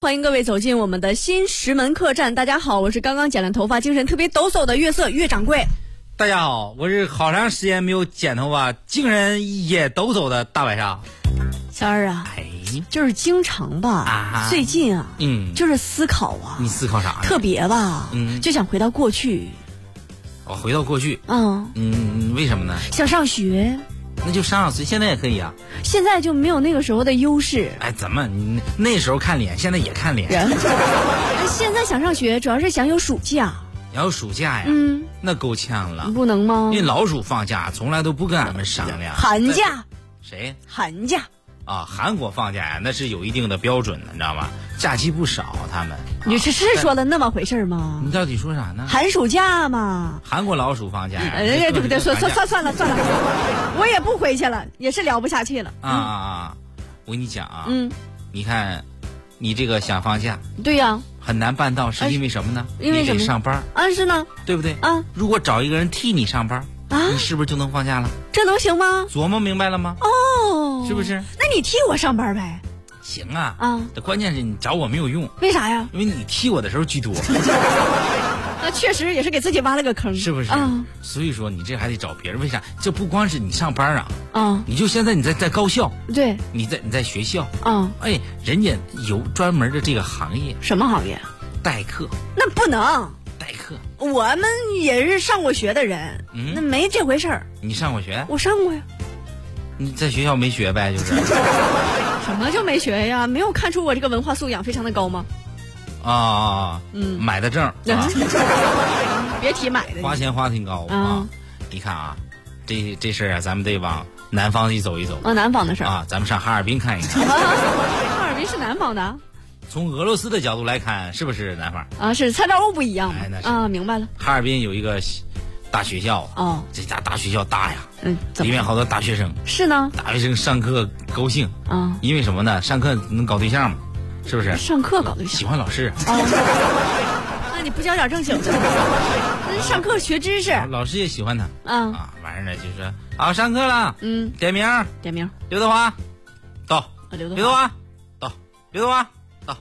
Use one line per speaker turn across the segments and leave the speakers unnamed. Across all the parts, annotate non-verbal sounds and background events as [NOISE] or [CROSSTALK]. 欢迎各位走进我们的新石门客栈。大家好，我是刚刚剪了头发、精神特别抖擞的月色月掌柜。
大家好，我是好长时间没有剪头发，竟然也抖擞的大白鲨。
仙儿啊，
哎，
就是经常吧，
啊
最近啊，
嗯
就是思考啊，
你思考啥呢？
特别吧，
嗯
就想回到过去，
我哦回到过去，
嗯，
嗯，为什么呢？
想上学，
那就上上随，现在也可以啊。
现在就没有那个时候的优势。
哎，怎么你那时候看脸，现在也看脸？ [LAUGHS]
人，哎现在想上学，主要是想有暑假，
然后暑假呀，
嗯，
那够呛了，
不能吗
因为？老鼠放假从来都不跟俺们商量。
寒假，
谁
寒假，
啊？韩国放假呀，那是有一定的标准的，你知道吗？假期不少，他们。
你
啊
是是说的那么回事儿吗
你？到底说啥呢？
寒暑假嘛，
韩国老鼠放假呀？
哎呀，对不对？算
寒假
算算算了算了，我也不回去了，也是聊不下去了。
啊啊啊！我跟你讲啊，
嗯，
你看，你这个想放假
对呀、
很难办到，是因为什么呢？
哎因为
你
什
得
么
上班，
啊是呢，
对不对？
啊
如果找一个人替你上班，
啊
你是不是就能放假了？
这能行吗？
琢磨明白了吗？
哦，
是不？是？
那你替我上班呗？
行啊。
啊，
这关键是你找我没有用，
为啥呀？
因为你替我的时候居
[LAUGHS]
多，
嗯那确实也是给自己挖了个坑，
是不是
啊？
所以说你这还得找别人，为啥？这不光是你上班啊，
啊，
你就现在你在在高校，
对
你在你在学校，
啊，
哎，人家有专门的这个行业，
什么行业？
代课，
那不能，
代课。
我们也是上过学的人，
嗯
那没这回事儿。
你上过学？
我上过呀，
你在学校没学呗？
[LAUGHS]
就是。
什么就没学呀？没有看出我这个文化素养非常的高吗？
啊，
嗯
买的证
[LAUGHS]
儿，啊
别提买的
花钱花挺高啊
嗯。
你看啊，这这事儿啊，咱们得往南方去走一走
啊，南方的事儿。
啊，咱们上哈尔滨看一看。
哈尔滨是南方的
从俄罗斯的角度来看，是不是南方？
[LAUGHS] 啊，是参照物不一样嘛
哎那是
啊，明白了
哈尔滨有一个大学校啊，
哦，
这家大学校大呀，
嗯，怎
里
么
面好多大学生，
是呢？
大学生上课高兴，
啊，
因为什么呢？上课能搞对象嘛，是不是？
上课搞对
喜
象
欢老师，
啊？ [LAUGHS] 那你不教点正经的？那上课学知识
老师也喜欢他
啊？
啊。完事儿了就说啊，上课了，
嗯，
点名儿，
点名
刘德华，到。
啊，刘德
刘德华到，刘德华到，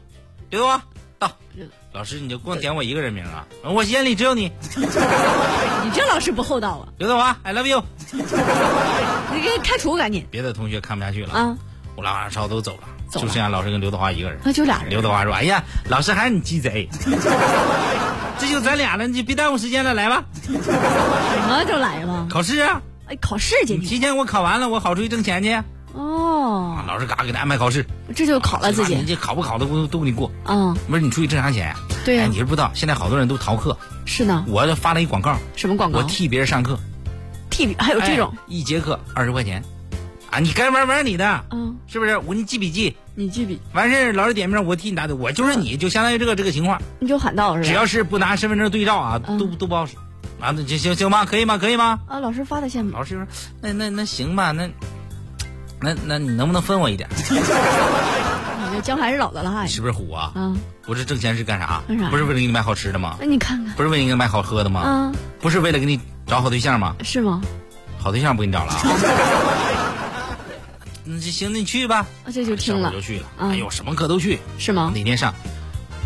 刘德华到
刘。
老师，你就光点我一个人名啊？我眼里只有你，
你这老师不厚道啊！
刘德华，I love you。
你给开除赶紧
别的同学看不下去了，
啊！
乌拉拉少都走了，
走
就
了
剩下老师跟刘德华一个人。
那就俩人
刘德华说：“哎呀，老师还是你鸡贼， [LAUGHS] 这就咱俩了，你就别耽误时间了，来吧，
怎么就来了？
考试啊，
哎，考试今
你
天
提前给我考完了，我好出去挣钱去。”啊
哦，
老师嘎给他安排考试，
这就考了自
你
己
这考不考的都都给你过。
啊！
不是你出去挣啥钱？
对啊呀
哎，你是不知道，现在好多人都逃课。
是呢，
我这发了一广告，
什么广告
我？替别人上课，
替还有这种
哎一节课二十块钱，啊，你该玩玩你的，
啊？
是不是？我给你记笔记，
你记笔
完事儿老师点名，我替你答对，我就是你，就相当于这个这个情况，
你就喊到是吧？
只要是不拿身份证对照啊，
嗯
都都不好使。啊，那行行行吧，可以吗？可以吗？
啊，老师发的现吗？
老师说，那那那行吧，那那那你能不能分我一点？
你这姜还是老的辣
你
呀！
是不是虎啊？
啊，
不是挣钱是干啥
干啥？
不是为了给你买好吃的吗？
哎那你看看
不是为了给你买好喝的吗？
啊，
不是为了给你找好对象吗？
是吗？
好对象不给你找了啊？
[LAUGHS]
那行，那你去吧。
啊，这就听
上午
了
就去了。
嗯
哎呦，什么课都去。
是吗？
那天上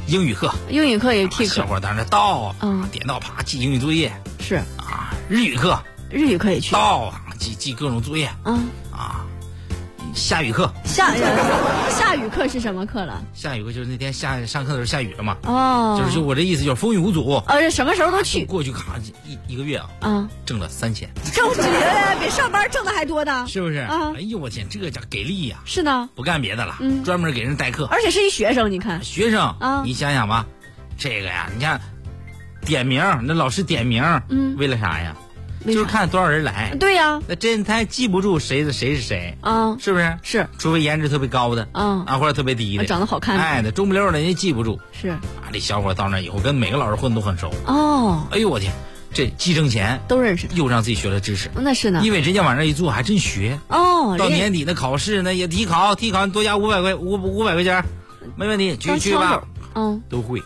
英语课，
英语课也替
嗯小
课
伙儿当时到，
嗯
点到啪记英语作业
是，
啊；日语课
日语课也去
到啊记记各种作业
啊。
啊；下雨课，
下呃下雨课是什么课了？
下雨课就是那天下上课的时候下雨了嘛，
哦，
就是就我这意思就是风雨无阻。
啊，这什么时候都
就
去
过去咔一一个月啊，
啊，
挣了三千，
挣呃比上班挣的还多呢。
是不是？
啊
哎呦我天，这家给力呀、
是呢，
不干别的了，
嗯
专门给人代课。
而且是一学生，你看
学生，
啊
你想想吧，这个呀，你看点名，那老师点名，
嗯
为了啥呀？
为啥嗯
就是看多少人来。
对呀
那真他还记不住谁是谁是谁，
啊
是不是？
是
除非颜值特别高的，
嗯
啊，或者特别低的，
长得好看的
哎，那中不溜儿的人家记不住。
是
啊，这小伙到那以后跟每个老师混都很熟。
哦，
哎呦我天，这既挣钱，
都认识他，
又让自己学了知识，
那是呢
因为人家往那一坐还真学。
哦，
到
啊人家
年底那考试那也提考，提考多加五百块五五百块钱儿，没问题，去
当
去
枪
吧
手。嗯
都会，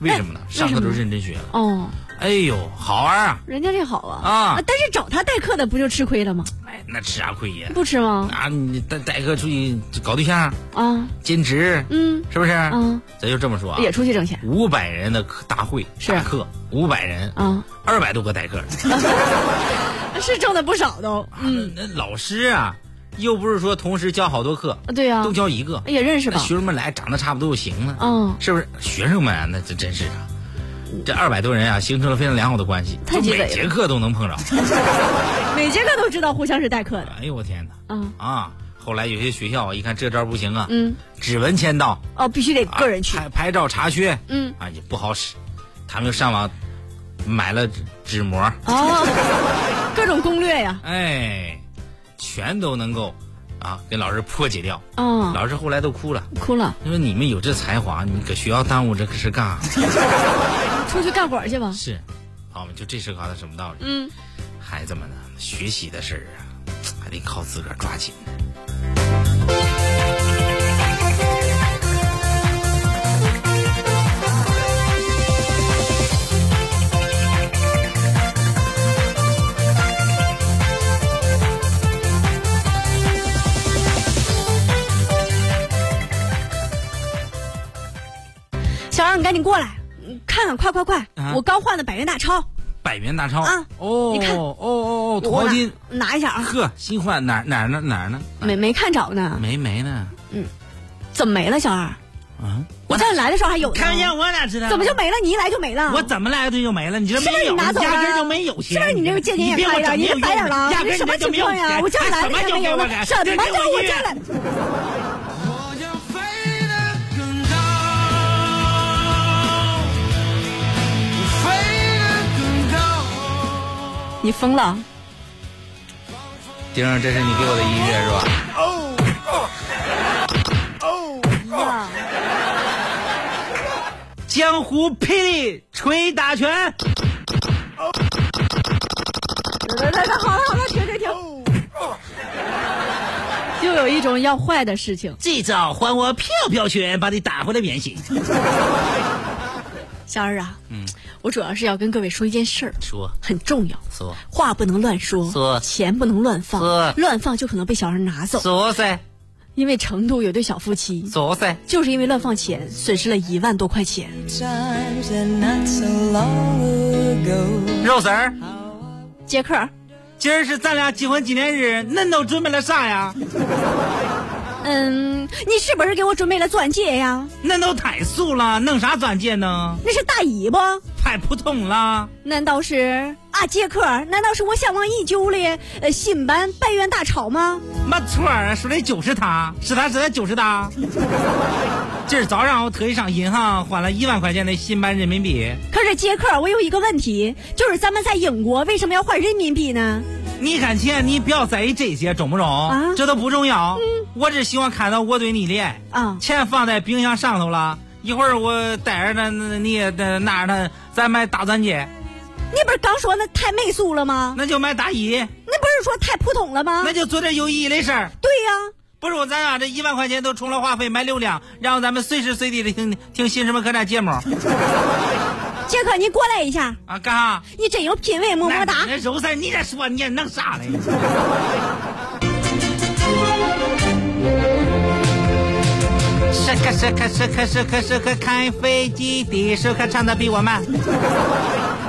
为什么呢？
为
上课
什
都
么
认真学了。
哦，
哎呦，好玩啊！
人家这好啊
啊
但是找他代课的不就吃亏了吗？
哎，那吃啥亏呀？
不吃吗？
啊，你带带个出去搞对象、
啊，
兼职，
嗯，
是不是？
嗯，
咱就这么说啊。
也出去挣钱
五百人的课大会
是
大课，五百人，
啊，
二百多个代课。
是挣的不少都。嗯，
那那老师啊，又不是说同时教好多课，
对呀、
都教一个，
也认识嗯
那
吧？
学生们来长得差不多就行了，
嗯
是不是？学生们啊，那这真是啊，这二百多人啊，形成了非常良好的关系，
太
就
鸡贼
每
了
节课都能碰着。
每节课都知道互相是代课的。
哎呦我天哪！
啊，
啊，后来有些学校啊一看这招不行啊，
嗯，
指纹签到，
哦，必须得
啊
个人去。
拍拍照查缺，
嗯，
啊也不好使，他们又上网买了纸纸膜，
哦，各种攻略呀。
哎，全都能够啊跟老师破解掉。
啊，
老师后来都哭了，
哭了，
因为你们有这才华，你们搁学校耽误这个事干啥？
出去干活去吧。
是，好嘛，就这事告诉他什么道理？
嗯，
孩子们呢，学习的事儿啊，还得靠自个儿抓紧。
小杨，你赶紧过来，嗯看看，快快快，
啊
我刚换的百元大钞，
百元大钞
啊
哦，
你看
哦哦哦，土
我
豪
拿
金，
拿一下啊。
呵，新换哪儿哪儿呢哪儿呢？
没没看着呢，
没没呢？
怎么没了？小二，
啊，
我这来的时候还有呢，
看不见我哪知道？
怎么就没了？你一来就没了？
我怎么来的就没了？你这
啊是不
没
是
有，
你拿走了
压根儿就没有钱。
是不是你这个借钱
别
眼开
我
了？你这白眼狼，
整压
你
根
这什
儿
么
就
情
没有
况呀？
钱
我这来
还
了
什么
你还没
就给
有
我
了
来，
什么
这
叫
给我
我
一
这来了？
我要飞得更高，飞得更高。
你疯 [LAUGHS] 了？
丁儿，这是你给我的音乐是吧？哦
呀，
江湖霹雳捶打拳，
来来来，好了好了，停停停。又有一种要坏的事情，
这招还我飘飘拳，把你打回了原形。
小二啊，嗯，我主要是要跟各位说一件事儿，
说
很重要，
说
话不能乱说，
说
钱不能乱放，
说
乱放就可能被小二拿走。
说噻，
因为成都有对小夫妻，
说噻。
就是因为乱放钱，损失了一万多块钱。
times and not so long ago.
肉丝儿，
杰克，
今儿是咱俩结婚纪念日，恁都准备了啥呀？
嗯，你是不是给我准备了钻戒呀？
恁都太素了，弄啥钻戒呢？
那是大尾巴。
太普通了。
难道是啊，杰克？难道是我向往已久的呃新版百元大钞吗？
没错儿，说的就是他，是他，是他，就是他。今儿早上我特意上银行换了一万块钱的新版人民币。
可是杰克，我有一个问题，就是咱们在英国为什么要换人民币呢？
你看钱，你不要在意这些，中不中？
啊
这都不重要。我只希望看到我对你的爱。
啊
钱放在冰箱上头了，一会儿我带着那那你那拿着它，咱买大钻戒，
你不是刚说那太媚俗了吗？
那就买大衣，
那不是说太普通了吗？
那就做点有意义的事儿。
对呀、
不是我，咱啊俩这一万块钱都充了话费，买流量，然后咱们随时随地的听听新什么客栈节目
杰克，你过来一下，
啊，干啥？
你真有品味，么么哒
那。那柔三，你这说你也弄啥嘞？是可是可是可是可是可开飞机的时候可唱的比我慢，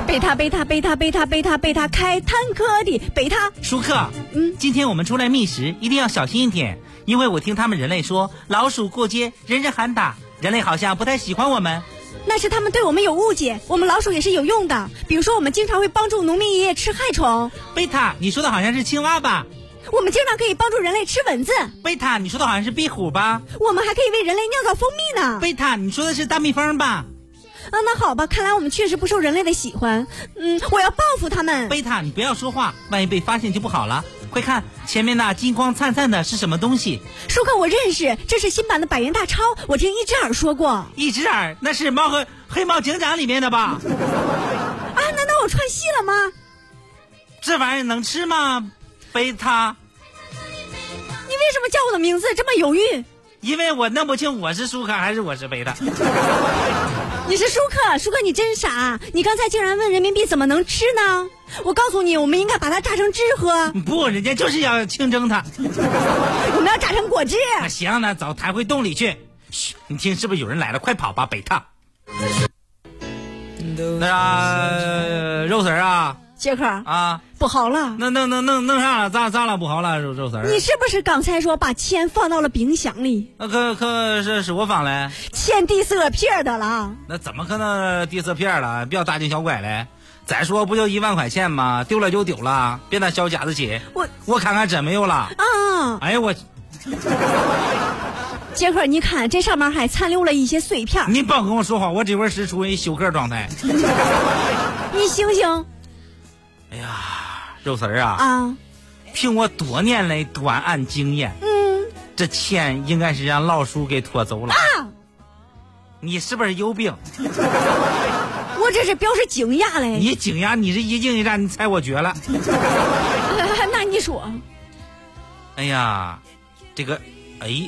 贝塔贝塔贝塔贝塔贝塔贝塔开坦克的贝塔，
舒克。
嗯，
今天我们出来觅食，一定要小心一点，因为我听他们人类说，老鼠过街人人喊打，人类好像不太喜欢我们。
那是他们对我们有误解。我们老鼠也是有用的，比如说我们经常会帮助农民爷爷吃害虫，
贝塔，你说的好像是青蛙吧？
我们经常可以帮助人类吃蚊子。
贝塔，你说的好像是壁虎吧？
我们还可以为人类酿造蜂蜜呢。
贝塔，你说的是大蜜蜂吧？
啊，那好吧，看来我们确实不受人类的喜欢。嗯，我要报复他们。
贝塔，你不要说话，万一被发现就不好了。快看，前面那金光灿灿的是什么东西？
舒克，我认识，这是新版的百元大钞，我听一只耳说过。啊，
一只耳，那是猫和黑猫警长里面的吧？
难道我串戏了吗？
这玩意儿能吃吗？贝塔，
你为什么叫我的名字这么犹豫？
因为我弄不清我是舒克还是我是贝塔。
你是舒克，舒克你真傻！你刚才竟然问人民币怎么能吃呢？我告诉你，我们应该把它榨成汁喝，
不，人家就是要清蒸它。
我们要榨成果汁。
那行，那走，抬回洞里去。嘘，你听，是不是有人来了？快跑吧，北塔。那啥、肉丝儿啊
杰克，
啊，
不好了，
那弄弄弄弄啥了？咋咋了？不好了，肉肉丝儿。
你是不是刚才说把钱放到了冰箱里，
那可可是是我放嘞，
欠地色片的了？
那怎么可能地色片了？不要大惊小怪嘞。再说不就一万块钱吗？丢了就丢了，别拿小家子气。
我
我看看真没有了。
啊，
哎呀我，
杰克，你看这上面还残留了一些碎片儿，
你甭跟我说话，我这会儿是处于休克状态。
你醒醒
肉丝儿啊，
啊！
凭我多年来短案经验，
嗯
这钱应该是让老鼠给拖走了。
啊，
你是不是有病？
我这是表示惊讶嘞。
你惊讶，你是一惊一乍，你猜我绝了。
[LAUGHS] 那你说，
哎呀，这个，哎，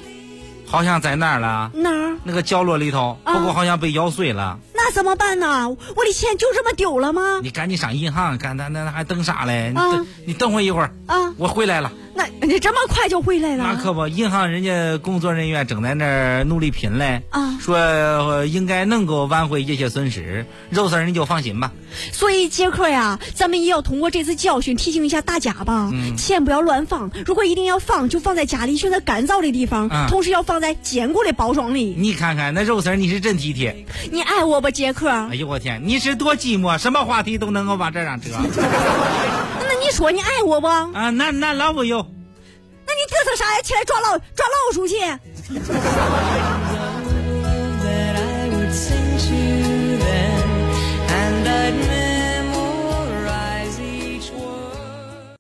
好像在那儿了，
哪儿？
那个角落里头，
啊
不过好像被咬碎了。
那怎么办呢？我的钱就这么丢了吗？
你赶紧上银行，看他那那还等啥嘞？你
啊
等、你等我一会儿，
啊，
我回来了。
那你这么快就回来了？
那可不，银行人家工作人员正在那儿努力拼嘞。
啊
说、呃应该能够挽回一些损失，肉丝儿你就放心吧。
所以杰克呀，咱们也要通过这次教训提醒一下大家吧，
嗯
钱不要乱放。如果一定要放，就放在家里选择干燥的地方，
嗯
同时要放在坚固的包装里。
你看看那肉丝儿，你是真体贴。
你爱我不，杰克？
哎呦我天，你是多寂寞，什么话题都能够往这上扯
那你说你爱我不？那
啊！那那老不有，
你嘚瑟啥呀？起来抓老抓老鼠去！
that I would send you there.